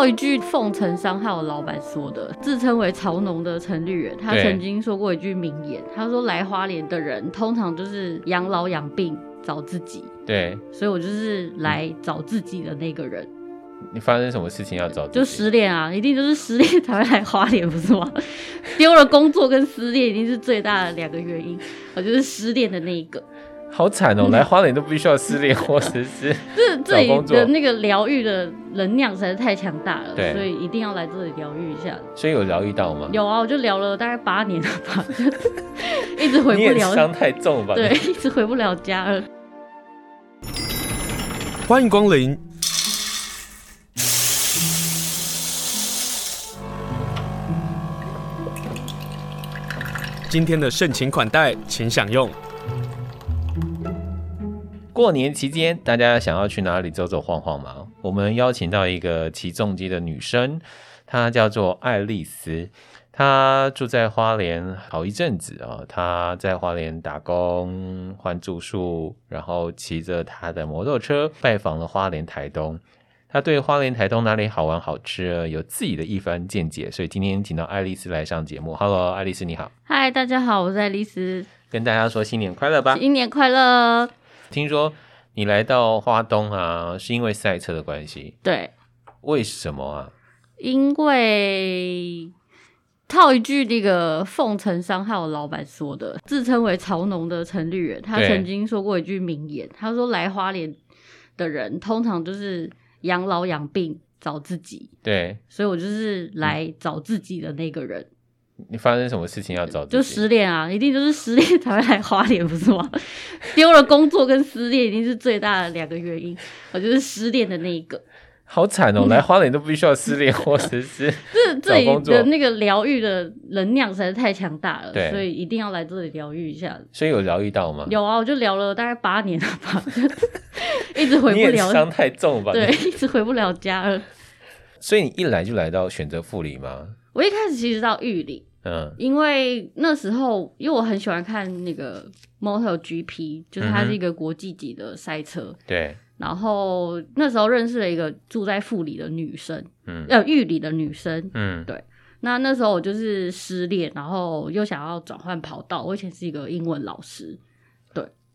有一句奉承商号的老板说的，自称为潮农的陈绿人，他对曾经说过一句名言，他说来花莲的人通常就是养老养病找自己，对所以我就是来找自己的那个嗯人，你发生什么事情要找自己？就失恋啊，一定就是失恋才会来花莲，不是吗？丢了工作跟失恋一定是最大的两个原因，我就是失恋的那一个。好 惨哦，来花莲都必须要失恋或者是 这这找里工作的那个疗愈的能量实在是太强大了，对所以一定要来这里疗愈一下。所以有疗愈到吗？有啊，我就聊了大概八年了 吧，一直回你不也了，伤太重吧？对，，一直回不了家了。欢迎光临。今天的盛情款待，请享用。过年期间，大家想要去哪里走走晃晃吗？我们邀请到一个骑重机的女生，她叫做爱丽丝，她住在花莲好一阵子啊、哦。她在花莲打工换住宿，然后骑着她的摩托车拜访了花莲、台东。她对花莲、台东哪里好玩好吃有自己的一番见解，所以今天请到爱丽丝来上节目。Hello，爱丽丝你好，嗨，大家好，我是爱丽丝，跟大家说新年快乐吧！新年快乐！听说你来到花东啊，是因为赛车的关系，对，为什么啊？因为套一句那个凤城商号老板说的，自称为潮农的陈绿人，他对曾经说过一句名言，他说来花莲的人通常就是养老养病找自己，对所以我就是来找自己的那个人。你发生什么事情要找自己？就失恋啊，一定就是失恋才会来花莲，不是吗？丢了工作跟失恋一定是最大的两个原因，我就是失恋的那一个。好惨嗯哦，来花莲都必须要失恋，或者是 这这找里工作的那个疗愈的能量实在是太强大了对，所以一定要来这里疗愈一下。所以有疗愈到吗？有啊，我就聊了大概八年了吧， 一直回你不也了，伤太重吧？对，，一直回不了家了。所以你一来就来到选择富里吗？我一开始其实到玉里，嗯，因为那时候，因为我很喜欢看那个 MotoGP，就是它嗯哼是一个国际级的赛车，对，然后那时候认识了一个住在富里的女生，嗯呃，玉里的女生。嗯，那那时候我就是失恋，然后又想要转换跑道。我以前是一个英文老师，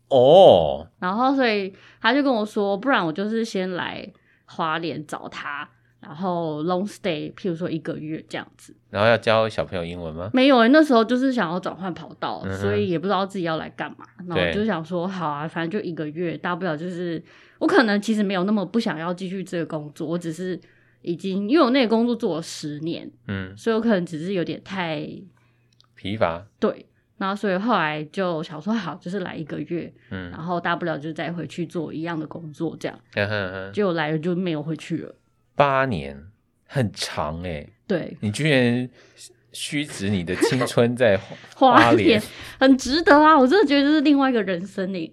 哦，然后所以他就跟我说，不然我就是先来花莲找他，然后 long stay，譬如说一个月这样子。然后要教小朋友英文吗？没有、欸，那时候就是想要转换跑道，嗯哼所以也不知道自己要来干嘛。然对后就想说，好啊，反正就一个月，大不了就是我可能其实没有那么不想要继续这个工作，我只是已经因为我那个工作做了十年，嗯，所以我可能只是有点太疲乏，对。然后所以后来就想说，好，就是来一个月，嗯，然后大不了就再回去做一样的工作，这样。哼哼哼结果来了就没有回去了。八年很长哎、对，你居然虚指你的青春在花莲莲。很值得啊！我真的觉得这是另外一个人生欸诶、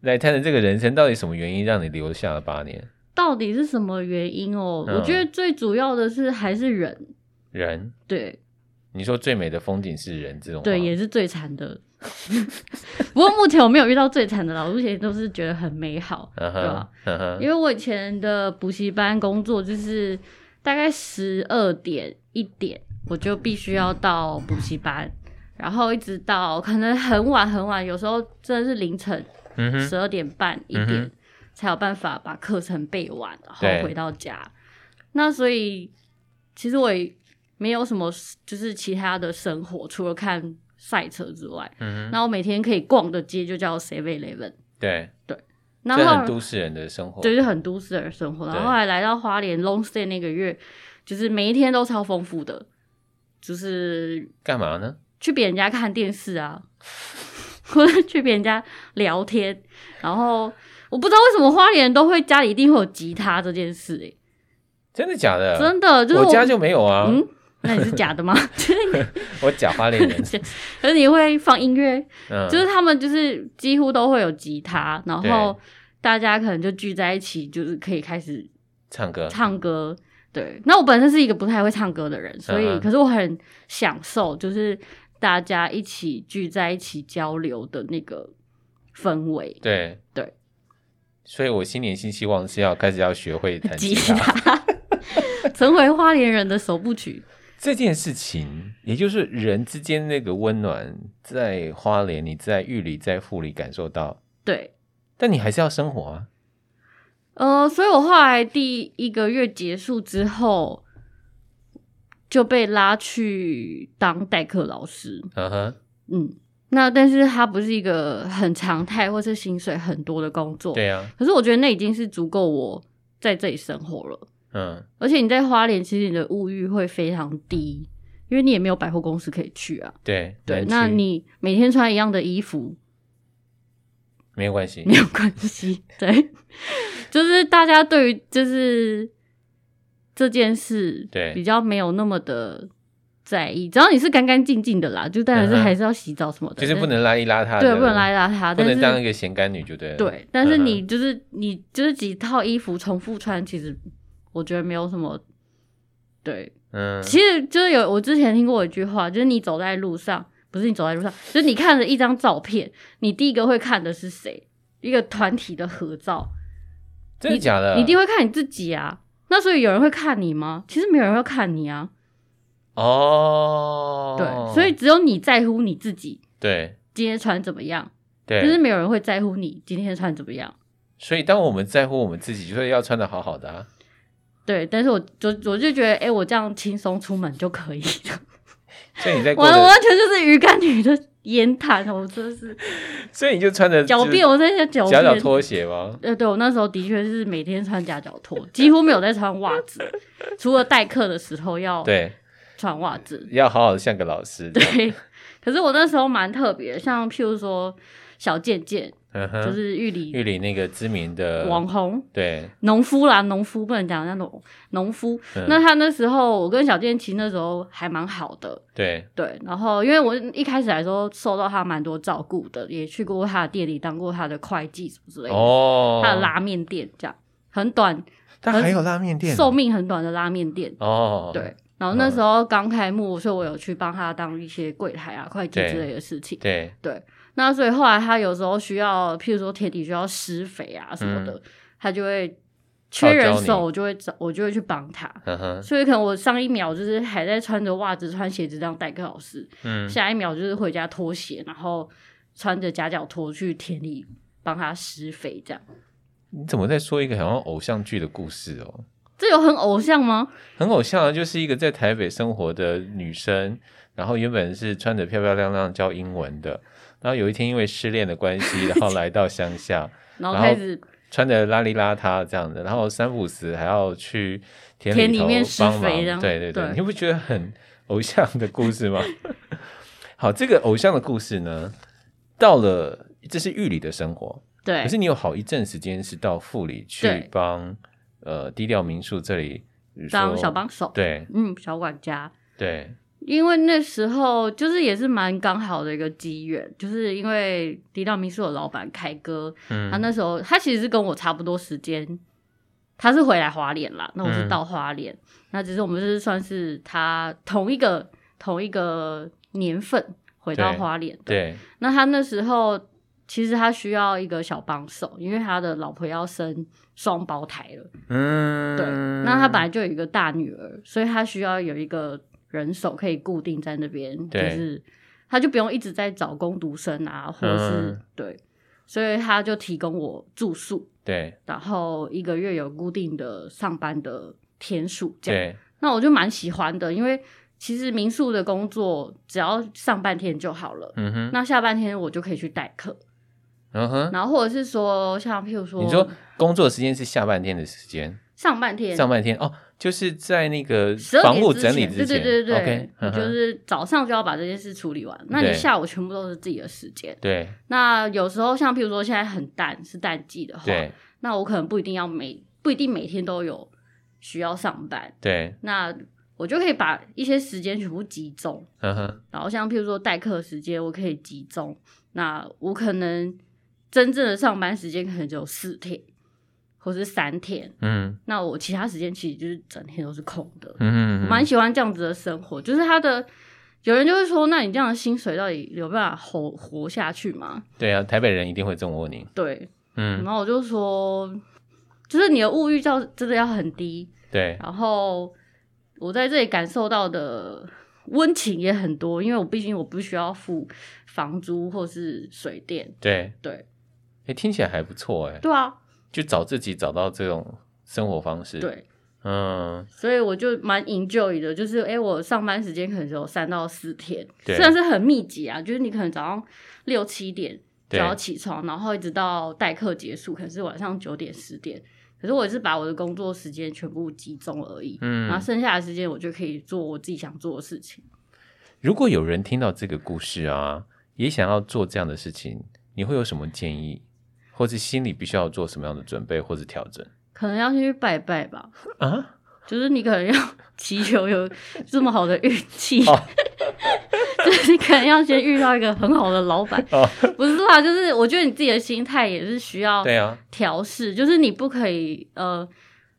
来探的这个人生到底什么原因让你留下了八年？到底是什么原因哦？嗯我觉得最主要的是还是人，人，对你说最美的风景是人，这种对，话也是最惨的。 不过目前我没有遇到最惨的啦，我目前都是觉得很美好，嗯对吧哼，嗯因为哼，我以前的补习班工作就是大概十二点一点，我就必须要到补习班，然后一直到可能很晚很晚，有时候真的是凌晨嗯哼，十二点半一嗯点、哼才有办法把课程背完，然对后回到家。那所以其实我也没有什么，就是其他的生活，除了看赛车之外，嗯哼，那我每天可以逛的街就叫 Seven Eleven。对，然这很后都市人的生活，对，就是很都市的生活。然对后后来来到花莲 long stay 那个月，就是每一天都超丰富的，就是干嘛呢？去别人家看电视啊，或者去别人家聊天，然后我不知道为什么花莲人都会家里一定会有吉他这件事、欸，真的假的？真的就是呃我家就没有啊，嗯，那你是假的吗？ 就是我假花莲 人，你，可是你会放音乐，嗯，就是他们就是几乎都会有吉他，然后对大家可能就聚在一起，就是可以开始唱歌，唱歌。对，那我本身是一个不太会唱歌的人，所以、嗯哼可是我很享受，就是大家一起聚在一起交流的那个氛围。对对，所以我新年新希望是要开始要学会弹 吉吉他，他，成为花莲人的首部曲。这件事情，也就是人之间那个温暖，在花莲，你在玉里，在富里感受到，对，但你还是要生活啊。呃，所以我后来第一个月结束之后，就被拉去当代课老师。嗯哼，嗯，那但是它不是一个很常态或是薪水很多的工作。对。啊，可是我觉得那已经是足够我在这里生活了。嗯，而且你在花莲，其实你的物欲会非常低，因为你也没有百货公司可以去啊。对对南，区那你每天穿一样的衣服没有关系没，有关 系。对，就是大家对于就是这件事，对比较没有那么的在意。只要你是干干净净的啦，就当然是嗯哼还是要洗澡什么的，就是不能邋里邋遢但的，对，不能邋里邋遢，不但能当一是个闲干女就对了。对，但是嗯哼你就是、你就是几套衣服重复穿，其实我觉得没有什么。对，嗯，其实就是有我之前听过一句话，就是你走在路上，不是你走在路上，就是你看着一张照片，你第一个会看的是谁？一个团体的合照，真的假的？你一定会看你自己啊。那所以有人会看你吗？其实没有人会看你啊。哦，对，所以只有你在乎你自己对今天穿怎么样，对，就是没有人会在乎你今天穿怎么样。所以当我们在乎我们自己，就是要穿的好好的、啊。对，但是我就我就觉得，哎、我这样轻松出门就可以了。所以你在我过我的，完全就是鱼竿女的言谈，我真的 是所以你就穿着狡辩，我在讲狡夹辩。脚拖鞋吗？呃，对我那时候的确是每天穿夹脚拖，几乎没有在穿袜子，除了代课的时候要对，穿袜子。要好好地像个老师。对，可是我那时候蛮特别的，像譬如说小健健，嗯哼，就是玉玉里里那个知名的网红。对，农夫啦，农夫不能讲那种农夫。嗯那他那时候，我跟小健其实那时候还蛮好的，对，对。然后因为我一开始来说受到他蛮多照顾的，也去过他的店里当过他的会计什么之类的，哦，他的拉面店这样，很短他还有拉面店哦寿命很短的拉面店。哦，对，然后那时候刚开幕，所以我有去帮他当一些柜台啊、会计之类的事情。对，那所以后来他有时候需要，譬如说田底需要施肥啊什么的，他就会缺人嗯哦教手，你我就会找我就会去帮他。嗯哼，所以可能我上一秒就是还在穿着袜子、穿鞋子这样代课老师，嗯，下一秒就是回家脱鞋，然后穿着夹脚拖去田里帮他施肥，这样你怎么在说一个好像偶像剧的故事哦？这有很偶像吗？很偶像啊，就是一个在台北生活的女生，然后原本是穿着漂漂亮亮教英文的，然后有一天因为失恋的关系，然后来到乡下， 然后然后开始穿的邋里邋遢这样的，然后三不五时还要去田田里里头面施帮忙，肥这样对对对，对你不觉得很偶像的故事吗？ 好，这个偶像的故事呢，到了这是玉里的生活，对可是你有好一阵时间是到富里去对帮呃低调民宿这里比如当说小帮手，对嗯，小管家。对，因为那时候就是也是蛮刚好的一个机缘，就是因为迪道民宿的老板凯哥，嗯，他那时候他其实是跟我差不多时间，他是回来花莲啦，那我是嗯到花莲，那只是我们就是算是他同一个同一个年份回到对花莲的。对那他那时候其实他需要一个小帮手，因为他的老婆要生双胞胎了。嗯对，那他本来就有一个大女儿，所以他需要有一个人手可以固定在那边，就对是他就不用一直在找工读生啊，或者是、嗯对，所以他就提供我住宿，对然后一个月有固定的上班的天数这样。对那我就蛮喜欢的，因为其实民宿的工作只要上半天就好了，嗯哼那下半天我就可以去代课，嗯哼，然后或者是说像譬如说，你说工作时间是下半天的时间。上半天上半天哦，就是在那个十二房点屋之整理前之前，对对对对 OK，你嗯就哼是早上就要把这件事处理完。那你对下午全部都是自己的时间。对那有时候像譬如说现在很淡，是淡季的话，对那我可能不一定要每不一定每天都有需要上班，对，那我就可以把一些时间全部集中。嗯哼，然后像譬如说代课时间，我可以集中。那我可能真正的上班时间可能只有四天，或是三天。嗯那我其他时间其实就是整天都是空的。嗯嗯，蛮喜欢这样子的生活，就是他的。有人就会说，那你这样的薪水到底有办法活活下去吗？对啊，台北人一定会这么问你，对，然嗯，后我就说，就是你的物欲要真的要很低，对然后我在这里感受到的温情也很多，因为我毕竟我不需要付房租或是水电。对对，哎、听起来还不错哎、对啊，就找自己找到这种生活方式。，对，嗯，所以我就蛮 enjoy 的，就是诶、我上班时间可能只有三到四天，对虽然是很密集啊，就是你可能早上六七点就对要起床，然后一直到代课结束，可能是晚上九点十点。可是我也是把我的工作时间全部集中而已，嗯然后剩下的时间我就可以做我自己想做的事情。如果有人听到这个故事啊，也想要做这样的事情，你会有什么建议，或是心里必须要做什么样的准备或是调整可能要先去拜拜吧，啊？就是你可能 要祈求有这么好的运气，哦 就是你可能要先遇到一个很好的老板，哦， 不是啦，就是我觉得你自己的心态也是需要对啊，调试，就是你不可以呃，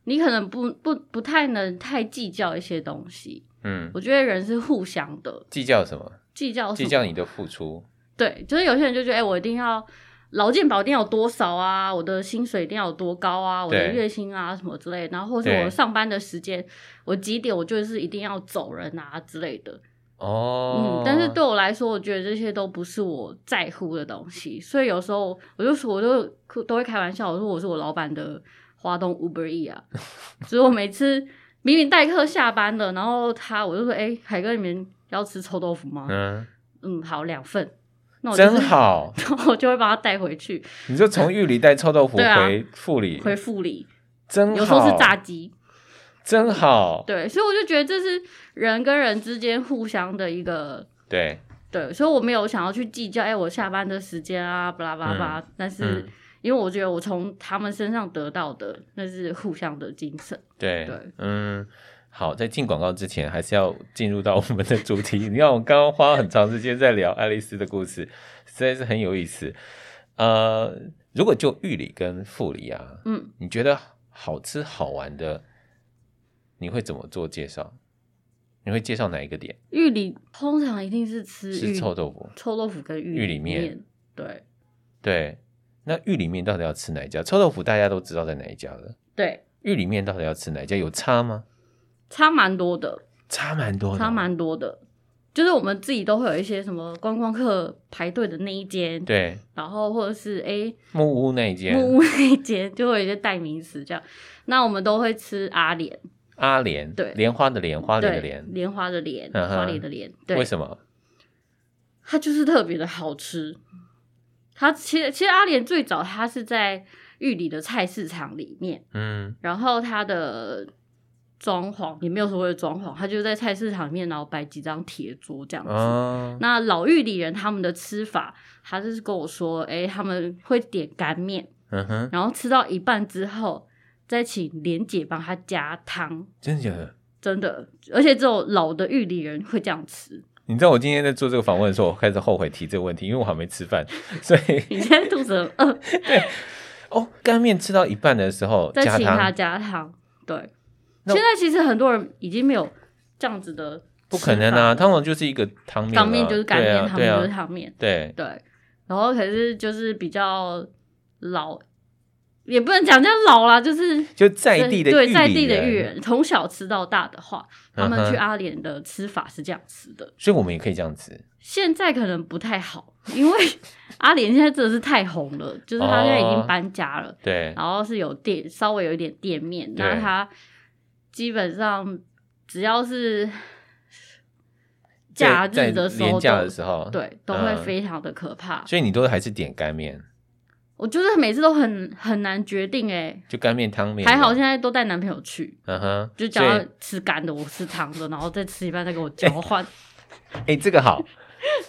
你可能不不不太能太计较一些东西。嗯，我觉得人是互相的，计较什么？计较什么计较你的付出。对，就是有些人就觉得，哎、我一定要劳健保一定要有多少啊，我的薪水一定要有多高啊，我的对月薪啊什么之类的，然后或是对我上班的时间，我几点我就是一定要走人啊之类的。哦嗯，，但是对我来说，我觉得这些都不是我在乎的东西，所以有时候我就说，我就都会开玩笑，我说我是我老板的华东 Uber E 啊，所以我每次明明代课下班了，然后他我就说，哎、海哥，你们要吃臭豆腐吗？嗯，嗯，好，两份。那我、就是、真，好，然后我就会把它带回去，你就从玉里带臭豆腐对啊回富里，回复里，真好，有时候是炸鸡，真好，对，所以我就觉得这是人跟人之间互相的一个对对，所以我没有想要去计较，哎、我下班的时间啊，巴拉巴拉巴拉。但是嗯因为我觉得我从他们身上得到的，那是互相的精神。对对嗯。好，在进广告之前，还是要进入到我们的主题。你看，我刚刚花很长时间在聊爱丽丝的故事，实在是很有意思。呃，如果就玉里跟富里啊，嗯，你觉得好吃好玩的，你会怎么做介绍？你会介绍哪一个点？玉里通常一定是吃是玉臭豆腐？臭豆腐跟玉玉里面面。对对，那玉里面到底要吃哪一家？臭豆腐大家都知道在哪一家了。对，玉里面到底要吃哪一家？有差吗？差蛮多的，差蛮多的哦，差蛮多的。就是我们自己都会有一些什么观光客排队的那一间，对。然后或者是哎、木屋那一间，木屋那一间，就会有一些代名词这样。那我们都会吃阿莲，阿莲，对莲花的莲，花对，莲的莲，莲花的莲，嗯哼花莲的莲，对，为什么？它就是特别的好吃。它其实其实阿莲最早它是在玉里的菜市场里面，嗯，然后它的装潢也没有所谓的装潢，它就在菜市场里面，然后摆几张铁桌这样子。哦，那老玉里人他们的吃法，他就是跟我说，哎、他们会点干面，嗯哼，然后吃到一半之后，再请莲姐帮他加汤，真的假的？真的，而且只有老的玉里人会这样吃。你知道我今天在做这个访问的时候，我开始后悔提这个问题，因为我还没吃饭， 所以你现在肚子很 饿，哦，干面吃到一半的时候再加请他汤，加汤。对，那现在其实很多人已经没有这样子的不可能啊，通常就是一个汤面啊，汤面就是干面，汤对面啊就是，汤面。对啊，对，然后可是就是比较老，也不能讲叫老啦，就是对，就在地的对玉在里地的玉人，人，从小吃到大的话，他嗯们哼去阿莲的吃法是这样吃的。所以我们也可以这样吃，现在可能不太好，因为 阿莲现在真的是太红了，就是她现在已经搬家了，对，然后是有店，稍微有一点店面，对那她基本上只要是假在日的时在候廉价的都，时候，，对，都会嗯非常的可怕。所以你都还是点干面，我就是每次都很很难决定哎、就干面汤面，还好现在都带男朋友去，嗯哼，就所讲以要吃干的，我吃糖的，然后再吃一半再给我交换， 哎，这个好，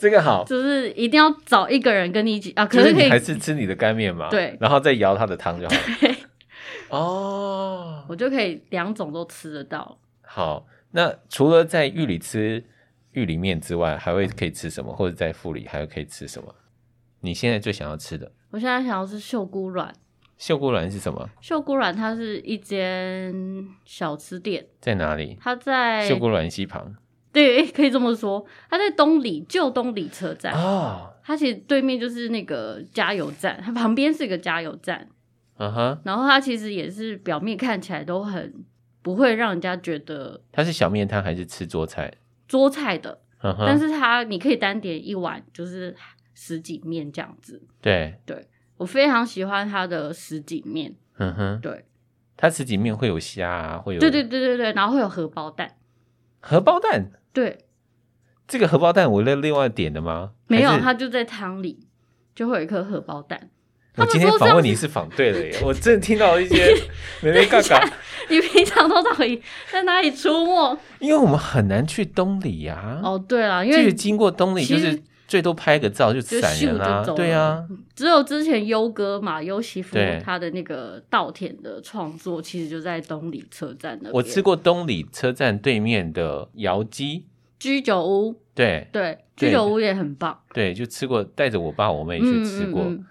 这个好，就是一定要找一个人跟你一起啊，可就是可你还以，是吃你的干面嘛，对然后再舀它的 汤就好了。哦，我就可以两种都吃得到。好，那除了在玉里吃玉里面之外，还会可以吃什么？或者在富里还可以吃什么？你现在最想要吃的我现在想要吃秀姑卵，秀姑卵是什么？秀姑卵它是一间小吃店，在哪里？它在秀姑卵溪旁对、诶可以这么说，它在东里旧东里车站，哦，它其实对面就是那个加油站，它旁边是一个加油站，嗯哼，然后它其实也是表面看起来都很不会让人家觉得它是小面摊还是吃桌菜？桌菜的，嗯哼，但是它你可以单点一碗，就是十几面这样子。对，我非常喜欢它的十几面，嗯哼，对，它十几面会有虾、啊，会有对对对对对，然后会有荷包蛋，荷包蛋，对，这个荷包蛋我另另外点的吗？没有还，是它就在汤里就会有一颗荷包蛋。 他我们今天说这访样问你是访对了耶，我真的听到 一些没没嘎嘎，你平常都到底在哪里出没？因为我们很难去东里呀、哦，对了，因就是为经过东里就其实是最多拍个照就散人啦、就咻就走了对啊，只有之前优哥嘛，优媳妇对他的那个稻田的创作，其实就在东里车站那边。我吃过东里车站对面的窑鸡，居酒屋，对对，对居酒屋也很棒，对，就吃过，带着我爸我妹去吃过，嗯嗯嗯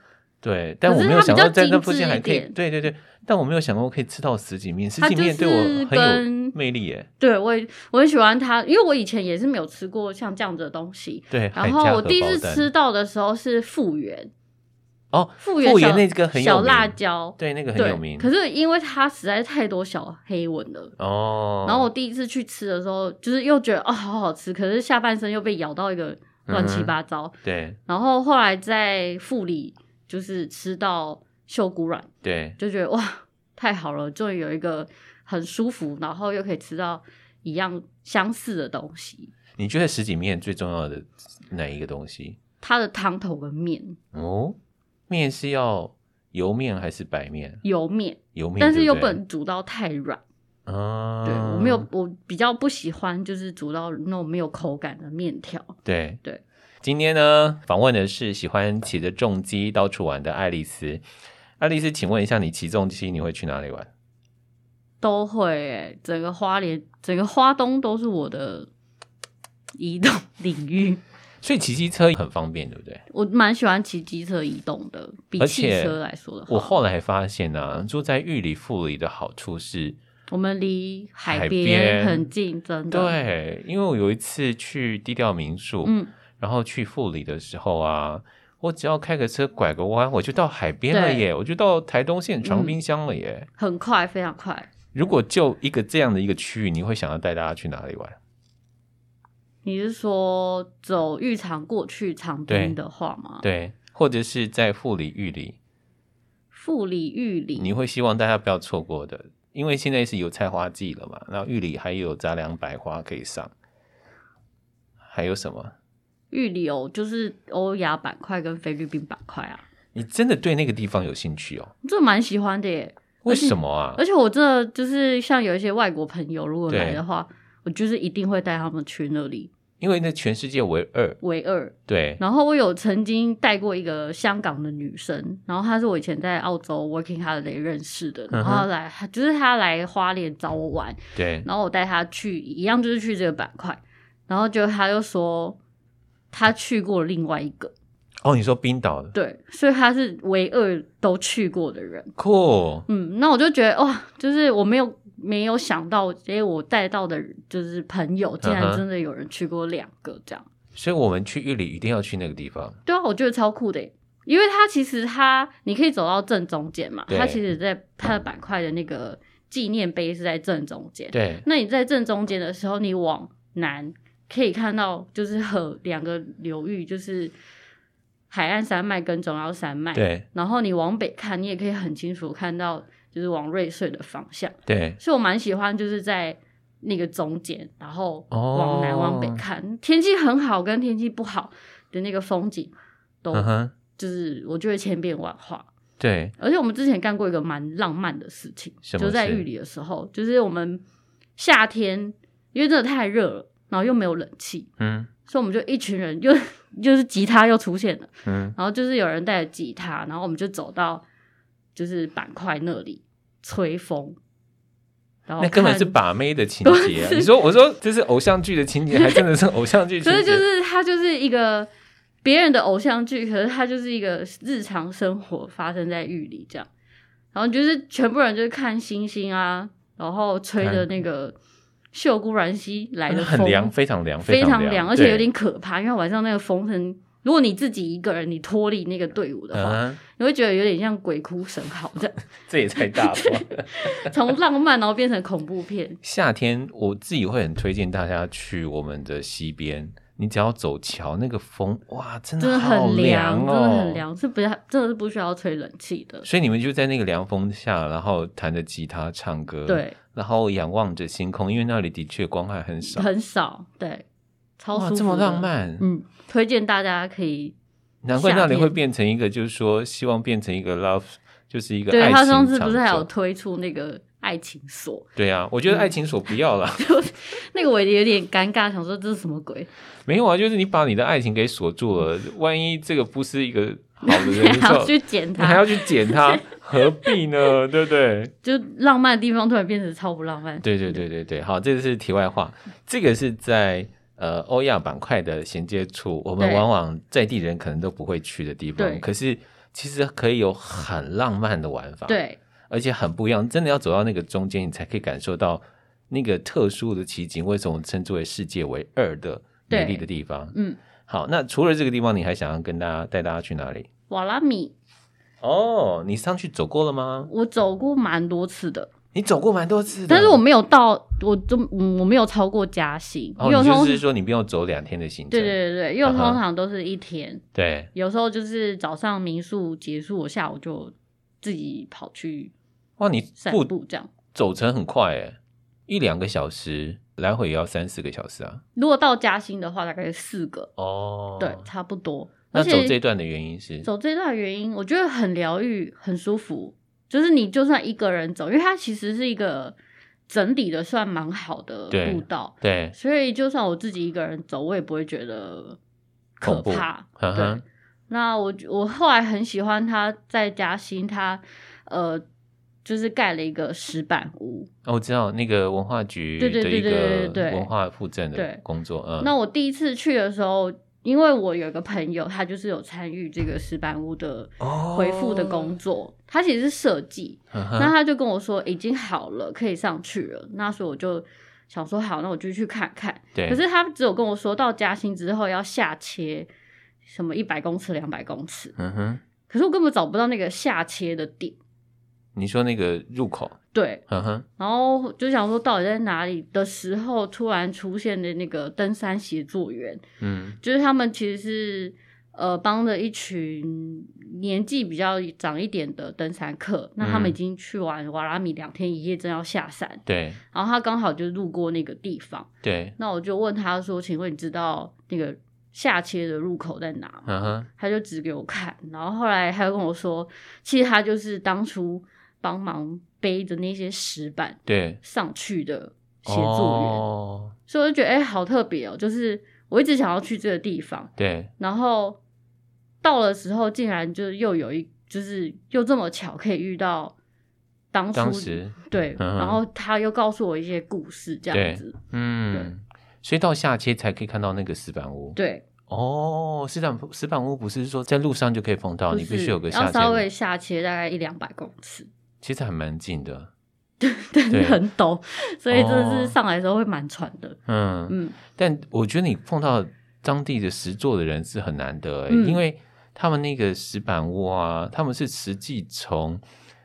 对，但可我是没有它比想到较在那精附致近一还可以，点对对对，但我没有想过可以吃到十几面，十它几就面对我是很有跟魅力耶，对我也我很喜欢它，因为我以前也是没有吃过像这样子的东西。对，海然家后我荷第一包次蛋吃到的时候是复原，哦，复原复原小那个很有小名辣椒，对，那个很对有名，可是因为它实在太多小黑纹了，哦，然后我第一次去吃的时候，就是又觉得哦好好吃，可是下半身又被咬到一嗯个乱七八糟。对然后后来在富里就是吃到秀骨软，对就觉得哇太好了，终于有一个很舒服，然后又可以吃到一样相似的东西。你觉得十几面最重要的哪一个东西？它的汤头跟面哦，面是要油面还是白面？有面，油面，但是对又不不对能煮到太软。啊，对我没有，我比较不喜欢就是煮到那种没有口感的面条。对对。今天呢，访问的是喜欢骑着重机到处玩的爱丽丝。爱丽丝，请问一下，你骑重机你会去哪里玩？都会、欸，整个花莲、整个花东都是我的移动 领域。所以骑机车很方便，对不对？我蛮喜欢骑机车移动的，比而汽且车来说的话，我后来发现啊，住在玉里富里的好处是，我们离海海边边很近，真的。，对，因为我有一次去低调民宿，嗯，然后去富里的时候啊，我只要开个车拐个弯，我就到海边了对嗯耶，我就到台东县长滨乡了耶。很快，非常快。如果就一个这样的一个区域，你会想要带大家去哪里玩？你是说走浴场过去长滨的话吗？对，或者是在富里玉里，富里、玉你里，会希望大家不要错过的，因为现在是油菜花季了嘛，然后玉里还有杂粮百花可以上，还有什么？玉里哦，就是欧亚板块跟菲律宾板块啊，你真的对那个地方有兴趣哦？这蛮喜欢的耶。为什么啊？而且我真的就是像有一些外国朋友，如果来对的话，我就是一定会带他们去那里因为那全世界唯二，唯二。对，然后我有曾经带过一个香港的女生，然后她是我以前在澳洲 working holiday 认识的，嗯哼然后她来就是她来花莲找我玩，对，然后我带她去一样就是去这个板块，然后就她就说她去过另外一个，哦，你说冰岛的，对，所以她是唯二都去过的人。酷，嗯，那我就觉得哇，就是我没有没有想到，诶、我带到的就是朋友，竟嗯然哼真的有人去过两个这样。所以我们去玉里一定要去那个地方。对啊，我觉得超酷的耶，因为它其实它你可以走到正中间嘛，对它其实在它的板块的那个纪念碑是在正中间。对，那你在正中间的时候，你往南可以看到就是河两个流域，就是海岸山脉跟中央山脉。。对，然后你往北看，你也可以很清楚看到就是往瑞穗的方向。对，所以我蛮喜欢就是在那个中间，然后哦往南往北看，天气很好跟天气不好的那个风景都嗯哼，就是我觉得千变万化。对，而且我们之前干过一个蛮浪漫的事情，什么就在事玉里的时候，就是我们夏天因为真的太热了，然后又没有冷气，嗯所以我们就一群人又 就是吉他又出现了，嗯，然后就是有人带着吉他，然后我们就走到就是板块那里吹风，然后那根本看是把妹的情节、啊。你说，我说这是偶像剧的情节，还真的是偶像剧 情可节。是就是他就是一个别人的偶像剧，可是他就是一个日常生活发生在狱里这样。然后就是全部人就是看星星啊，然后吹着看那个秀姑峦溪来的风，很凉，非常凉，非常凉，而且有对点可怕，因为晚上那个风声如果你自己一个人，你脱离那个队伍的话，啊，你会觉得有点像鬼哭神嚎这 样，这也太大了吧。从浪漫然后变成恐怖片。 夏天我自己会很推荐大家去我们的西边，你只要走桥，那个风哇，真真的的好很凉，真哦，的很。凉，是不要真的是不需要吹冷气的。所以你们就在那个凉风下，然后弹着吉他唱歌，，对，然后仰望着星空，因为那里的确光害很少，很少，对，超舒哇，服，这么浪。漫，嗯，推荐大家可以，难怪那里夏天会变成一个，就是说希望变成一个 love，就是一个对爱他情上次不长是还有嗯久推出那个爱情锁，对啊，我觉得爱情锁不要了， 那个我也有点尴尬，想说这是什么鬼？没有啊，就是你把你的爱情给锁住了，万一这个不是一个好的你人的时嗯 还候要，去捡你还它要，去捡它，何必呢？对不对？就浪漫的地方突然变成超不浪漫。对对对对对，好，这个是题外话，这个是在呃欧亚板块的衔接处，我们对往往在地人可能都不会去的地方，对可是其实可以有很浪漫的玩法，，对而且很不一样，真的要走到那个中间，你才可以感受到那个特殊的奇景，为什么称之为世界为二的美丽对的地方？嗯，好，那除了这个地方，你还想要跟大家带大家去哪里？瓦拉米哦，你上去走过了吗？我走过蛮多次的，你走过蛮多次的，但是我没有到，我就嗯我没有超过嘉兴，哦，因为我你就通是说你不用走两天的行程，对对对对，因为我通嗯哼常都是一天，对有时候就是早上民宿结束，我下午就自己跑去哇，你散步步这样。走程很快诶，一两个小时，来回也要三四个小时啊。如果到嘉兴的话，大概四个，哦，对，差不多。那而走且这段的原因是，走这段的原因，我觉得很疗愈，很舒服。就是你就算一个人走，因为它其实是一个整理的算蛮好的对步道，对，所以就算我自己一个人走，我也不会觉得可恐怖怕。哈嗯啊哈对，，那我我后来很喜欢他在嘉兴，他呃就是盖了一个石板屋。哦我知道那个文化局对对的对一对对个对对文化附赠的对工作，嗯，那我第一次去的时候，因为我有一个朋友，他就是有参与这个石板屋的哦回复的工作，他其实是设计，嗯那哼，他就跟我说哎已经好了，可以上去了。那所以我就想说好，那我就去看看。对，可是他只有跟我说到嘉兴之后要下切什么一百公尺、两百公尺，嗯哼，可是我根本找不到那个下切的点。你说那个入口，对，嗯哼，然后就想说到底在哪里的时候，突然出现的那个登山协作员，嗯，就是他们其实是呃帮着一群年纪比较长一点的登山客，那他们已嗯经去完瓦拉米两天一夜，正要下山，对然后他刚好就路过那个地方，对，那我就问他说：“请问你知道那个下切的入口在哪吗？”嗯哼，他就指给我看，然后后来他又跟我说，其实他就是当初帮忙背着那些石板对，上去的协助员，哦，所以我就觉得哎、诶好特别哦，就是我一直想要去这个地方，对，然后到了时候竟然就又有一就是又这么巧可以遇到当初当时，对，嗯然后他又告诉我一些故事这对样子，嗯，所以到下街才可以看到那个石板屋，对，哦，石板石板屋不是说在路上就可以碰到，不哦你必须是有个下要稍微线，下切大概一两百公尺， 其实还蛮近的。对对，很陡，所以真的哦是上来的时候会蛮喘的。嗯，嗯，但我觉得你碰到当地的石座的人是很难得、欸，嗯因为他们那个石板屋啊，他们是实际从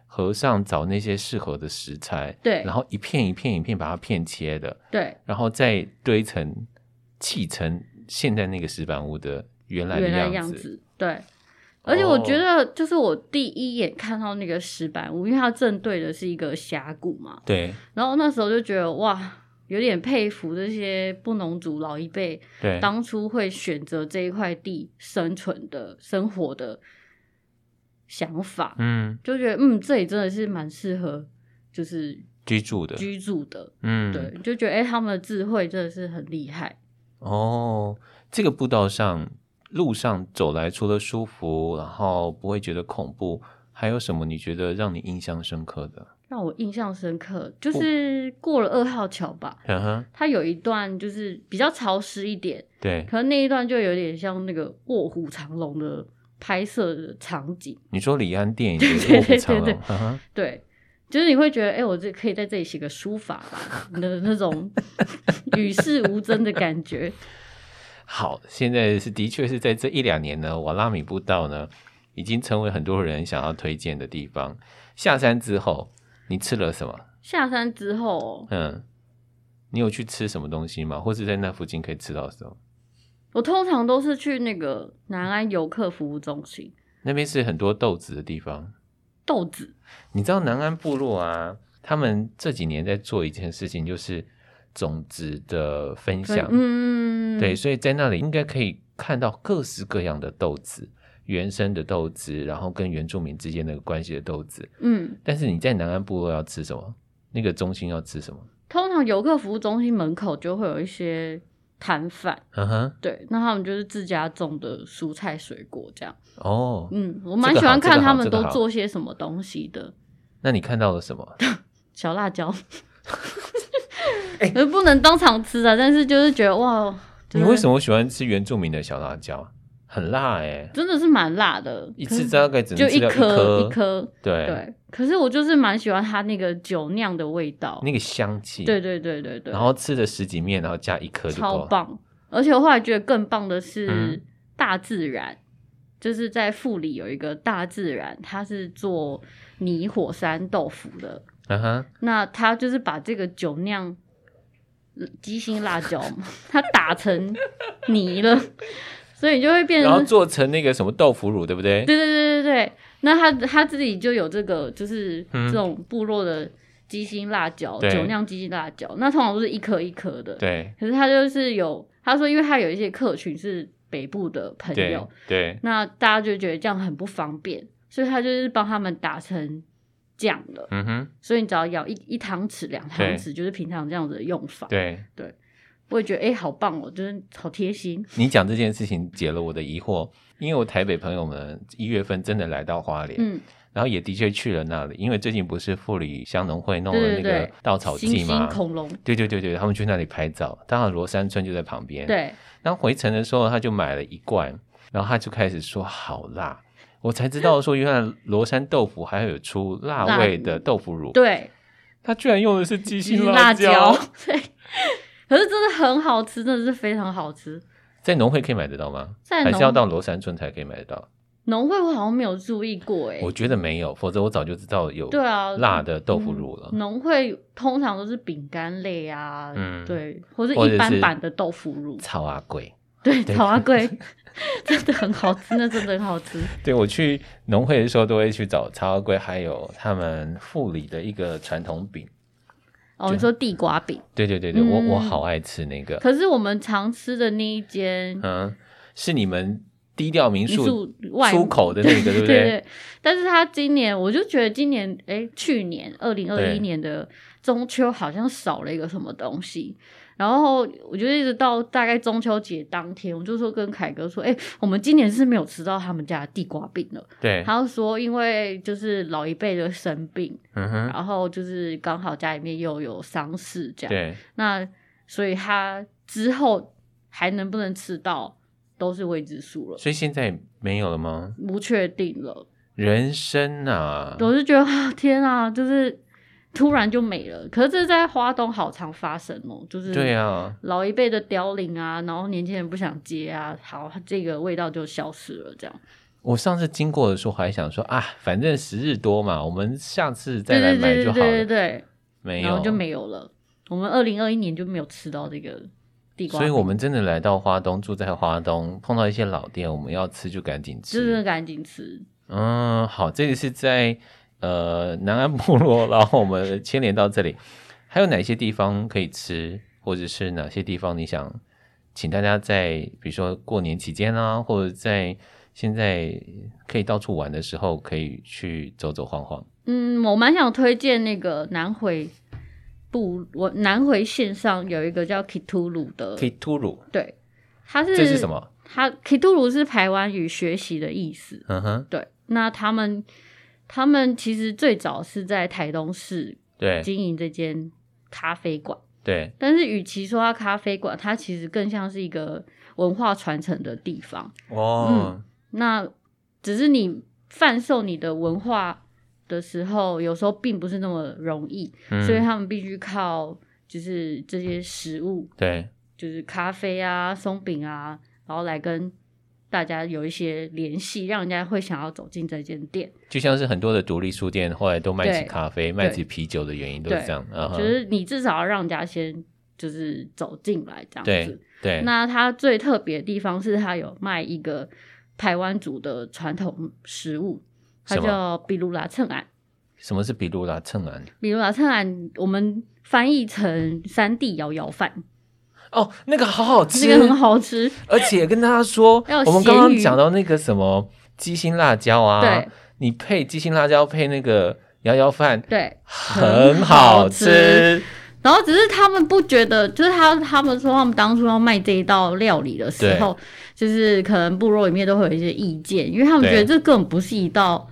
和尚找那些适合的石材，对然后一片一片一片把它片切的，对，然后再堆成砌成现在那个石板屋的原来的原来样样子。哦子，对。而且我觉得，就是我第一眼看到那个石板屋，因为它正对的是一个峡谷嘛，对然后那时候就觉得哇，有点佩服这些布农族老一辈对，当初会选择这一块地生存的生活的想法，嗯就觉得嗯，这里真的是蛮适合就是居住的，居住的，嗯对，就觉得哎、诶他们的智慧真的是很厉害，哦，这个步道上路上走来，除了舒服，然后不会觉得恐怖，还有什么你觉得让你印象深刻的？让我印象深刻。就是过了二号桥吧，嗯哼，它有一段就是比较潮湿一点，对，可能那一段就有点像那个卧虎藏龙的拍摄的场景，你说李安电影对的卧虎对藏对龙，嗯哼，对。就是你会觉得，哎、我这可以在这里写个 书法吧的那种与世无争的感觉。好，现在是的确是在这一两年呢，瓦拉米步道呢已经成为很多人想要推荐的地方。下山之后，你吃了什么？下山之后，嗯，你有去吃什么东西吗？或是在那附近可以吃到什么？我通常都是去那个南安游客服务中心那边是很多豆子的地方。豆子，你知道南安部落啊，他们这几年在做一件事情，就是种子的分享。嗯，对，，所以在那里应该可以看到各式各样的豆子，原生的豆子，然后跟原住民之间的关系的豆子。嗯，但是你在南安部落要吃什么？那个中心要吃什么？通常游客服务中心门口就会有一些摊贩，嗯哼，对，那他们就是自家种的蔬菜水果这样。哦，嗯，我这蛮个喜好欢这看个他好们这个都好做些什么东西的。那你看到了什么？小辣椒，呃 不能当场吃啊，但是就是觉得哇，你为什么么喜欢吃原住民的小辣椒？很辣哎、真的是蛮辣的？一可是次大概只就能吃一掉颗颗，一颗，对，对。可是我就是蛮喜欢它那个酒酿的味道，那个香气，对对对对对，然后吃了十几面，然后加一颗就够超了。棒。而且我后来觉得更棒的嗯是大自然，就是在富里有一个大自然，它是做泥火山豆腐的，嗯哼，那他就是把这个酒酿呃鸡心辣椒嘛， 他打成泥了， 所以就会变然后成做成那个什么豆腐乳，对不对？嗯对对对对对。那他他自己就有这个，就是嗯这种部落的鸡心辣椒、对酒酿鸡心辣椒，那通常都是一颗一颗的。对可是他就是有，他说因为他有一些客群是北部的朋对友，对，那大家就觉得这样很不方便，所以他就是帮他们打成酱了。嗯哼，所以你只要舀一一汤匙、两汤对匙，就是平常这样子的用法。对。我也觉得哎、诶好棒哦，就是好贴心。你讲这件事情解了我的疑惑，因为我台北朋友们一月份真的来到花莲，嗯，然后也的确去了那里，因为最近不是富里乡农会弄了那对对个对稻草星季星吗？恐龙，对对对对，他们去那里拍照，当然罗山村就在旁边。，对，然后回程的时候，他就买了一罐，然后他就开始说好辣，我才知道说原来罗山豆腐还有出辣辣味的豆腐乳，对，他居然用的是鸡其心实辣椒， 对。可是真的很好吃，真的是非常好吃。在农会可以买得到吗？在还是要农到罗山村才可以买得到？农会，我好像没有注意过哎、诶我觉得没有，否则我早就知道有对啊，辣的豆腐乳了嗯。农、会通常都是饼干类啊，嗯对，或是或者一般是版的豆腐乳，超阿贵，对，对草 阿贵 真的很好吃，那真的很好吃。对我去农会的时候都会去找超阿贵，还有他们富里的一个传统饼。哦，你说地瓜饼，对对对对，嗯我我好爱吃那个。可是我们常吃的那一间嗯，是你们低调民民宿宿外出口的那 个，对对不对，但是他今年我就觉得今年哎，去年二零二对一年的中秋好像少了一个什么东西，然后我就一直到大概中秋节当天，我就说跟凯哥说，哎，我们今年是没有吃到他们家的地瓜饼了。对？他就说因为就是老一辈的生病，嗯哼，然后就是刚好家里面又有丧事这样，对，那所以他之后还能不能吃到都是未知数了，所以现在没有了吗？不确定了。人生啊，我就觉得啊，天啊，就是突然就没了。可是这在花东好常发生哦，就是对啊，老一辈的凋零啊，然后年轻人不想接啊，好，这个味道就消失了，这样。我上次经过的时候还想说啊，反正时日多嘛，我们下次再对来对买对就对好了对对。对，没然有，后就没有了。我们二零二一年就没有吃到这个地瓜所饼，以我们真的来到花东，住在花东，碰到一些老店，我们要吃就赶紧就是真的吃。赶紧吃。嗯，好，这个是在呃南安部落，然后我们牵连到这里，还有哪些地方可以吃，或者是哪些地方你想请大家在，比如说过年期间啊，或者在现在可以到处玩的时候，可以去走走晃晃。嗯，我蛮想推荐那个南回部，我南回线上有一个叫 Kitulu 的，可以突鲁，对，它是这是什？么？它 Kitulu 是台湾语学习的意思。嗯哼，对，那他们他们其实最早是在台东市对经营这间咖啡馆，对，但是与其说它咖啡馆，它其实更像是一个文化传承的地方。嗯哦，那只是你贩售你的文化的时候，有时候并不是那么容易，嗯所以他们必须靠就是这些食物对，就是咖啡啊、松饼啊，然后来跟大家有一些联系，让人家会想要走进这间店。就像是很多的独立书店后来都卖起对咖啡、卖起啤酒的原因都是对这样，嗯哼就是你至少要让人家先就是走进来这样对子。对，那它最特别的地方是它有卖一个台湾族的传统食物，它什么叫比鲁拉衬案。什么是比如拉秤啊？比如拉趁然，我们翻译成三地摇摇饭，哦，那个好好吃，这个很好吃。而且跟大家说还有，我们刚刚咸鱼讲到那个什么鸡心辣椒啊对，你配鸡心辣椒配那个摇摇饭对，很很好好吃吃。然后只是他们不觉得，就是他他们说他们当初要卖这一道料理的时候，就是可能部落里面都会有一些意见，因为他们对觉得这根本不是一道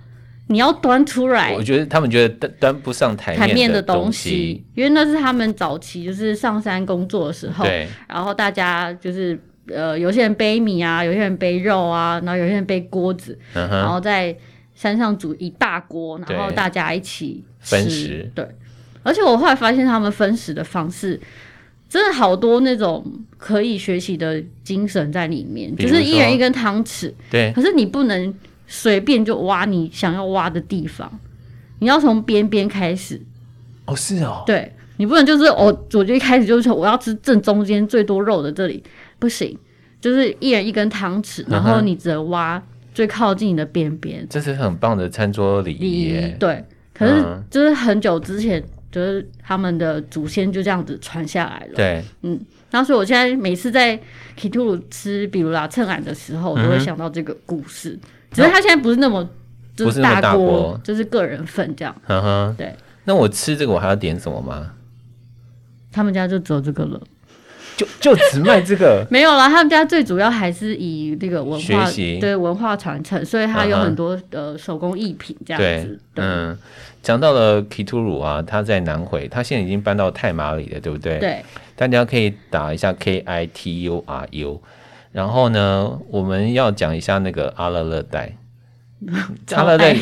你要端出来我觉得他们觉得端端不上台台面的的东东西，因为那是他们早期就是上山工作的时候，对然后大家就是呃，有些人背米啊，有些人背肉啊，然后有些人背锅子，嗯然哼，后在山上煮一大锅，对然后大家一起吃分食。对，而且我后来发现他们分食的方式，真的好多那种可以学习的精神在里面，比就如说是一人一根汤匙，对可是你不能随便就挖你想要挖的地方，你要从边边开始，哦是哦，对你不能就是哦，我就一开始就是说我要吃正中间最多肉的这里，不行，就是一人一根汤匙，然嗯后哼你只能挖最靠近你的边边。这是很棒的餐桌礼礼仪仪耶。对，可是嗯就是很久之前，就是他们的祖先就这样子传下来了。对，然后所以我现在每次在 Kitulu 吃比如拉趁兰的时候，我都嗯会哼想到这个故事。只是它现在不是那么就不是是那么大锅，锅就是个人份这样。嗯哼，对。那我吃这个我还要点什么吗？他们家就只有这个了，就就只卖这个没有啦。他们家最主要还是以这个文化学习对文化传承，所以它有嗯哼很多、呃手工艺品这样对子。，对、嗯，讲到了 Kituru 啊，他在南回，他现在已经搬到太马里了，对不对？。对，大家可以打一下 K I T U R U。然后呢，我们要讲一下那个阿勒热 带。阿勒热带，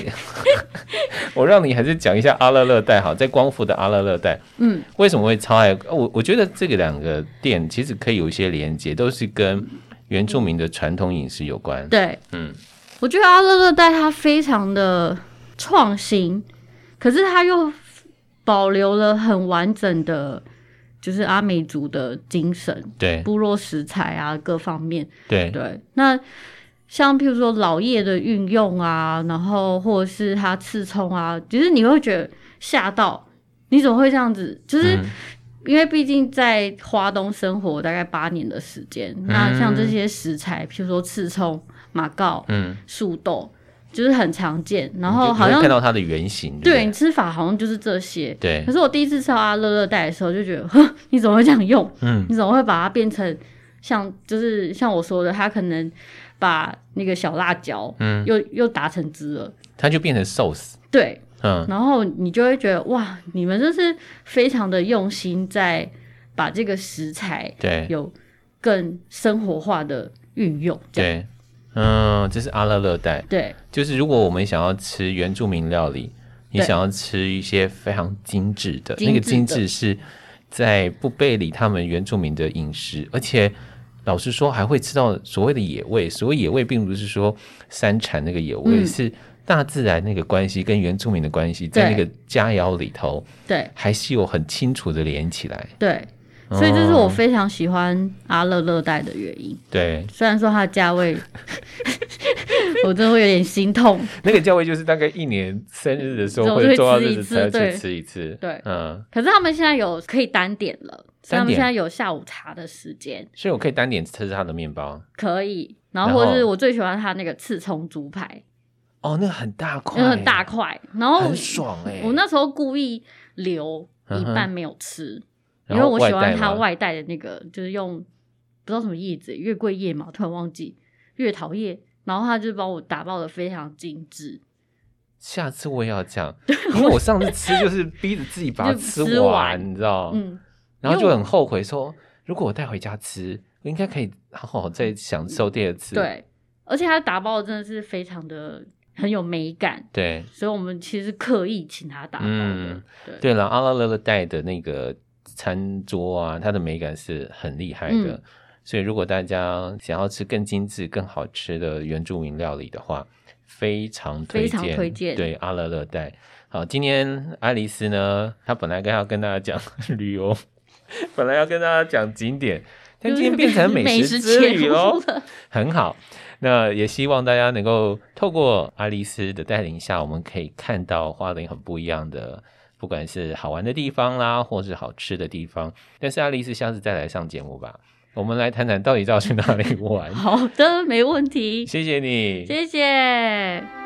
我让你还是讲一下阿勒热带好，在光复的阿勒热带，嗯，为什么会超爱？呃我我觉得这个两个店其实可以有一些连接，都是跟原住民的传统饮食有关。对，嗯嗯，我觉得阿乐乐带它非常的创新，可是它又保留了很完整的，就是阿美族的精神、对部落食材啊各方面。对对，那像譬如说老叶的运用啊，然后或者是它刺葱啊，其实你会觉得吓到，你怎么会这样子？就是。嗯因为毕竟在花东生活大概八年的时间，那像这些食材，譬如说刺葱、马告、嗯，树豆，就是很常见。然你就后你好会像看到它的原型，对你不吃法好像就是这些。对可，是我第一次吃到阿乐乐带的时候，就觉得， 呵，你怎么会这样用？嗯你怎么会把它变成像就是像我说的，它可能把那个小辣椒，嗯，又又打成汁了。它就变成寿司，对，嗯，然后你就会觉得哇，你们这是非常的用心在把这个食材对有更生活化的运用，这样对，嗯，这是阿勒热带。对就是如果我们想要吃原住民料理，你对想要吃一些非常精致的，精致那的个精致是在不贝里他们原住民的饮食，而且老实说还会吃到所谓的野味。所谓野味，并不是说山产那个野味，嗯是大自然那个关系跟原住民的关系，在那对个佳肴里头对还是有很清楚的连起来。对，所以这是我哦非常喜欢阿乐乐带的原因。对虽然说它的价位， 我真的会有点心痛。那个价位，就是大概一年生日的时候就或会者重要吃日一子次才会对去吃一次。对嗯，可是他们现在有可以单点了，所以他单们点现在有下午茶的时间，所以我可以单点吃它的面包。可以。然然后或者是后我最喜欢它那个刺葱猪排，哦，那个很大块，因为很大，块，然后很爽哎、 我那时候故意留一半没有吃，因为我喜欢它外带的那个，就是用不知道什么叶子，月桂叶嘛，突然忘记月桃叶，然后它就帮我打包的非常精致，下次我也要这样，因为我上次吃就是逼着自己把 它就吃吃完你知道，嗯，然后因就为我很后悔说，如果我带回家吃，我应该可以好好再享受第二次。对，而且它打包的真的是非常的很有美感，对所以我们其实刻意请他打包的，嗯对对了，阿拉勒勒带的那个餐桌啊，它的美感是很厉害的。嗯所以如果大家想要吃更精致、更好吃的原住民料理的话，非常推非常荐，推荐对阿勒热带。好，今天爱丽丝呢，她本来跟要跟大家讲 旅游，本来要跟大家讲景点，但今天变成美食之切旅入 喽。了，。很好。那也希望大家能够透过爱丽丝的带领下，我们可以看到花莲很不一样的，不管是好玩的地方啦，或是好吃的地方。但是爱丽丝下次再来上节目吧，我们来 谈谈到底要去哪里玩好的，没问题，谢谢你，谢谢。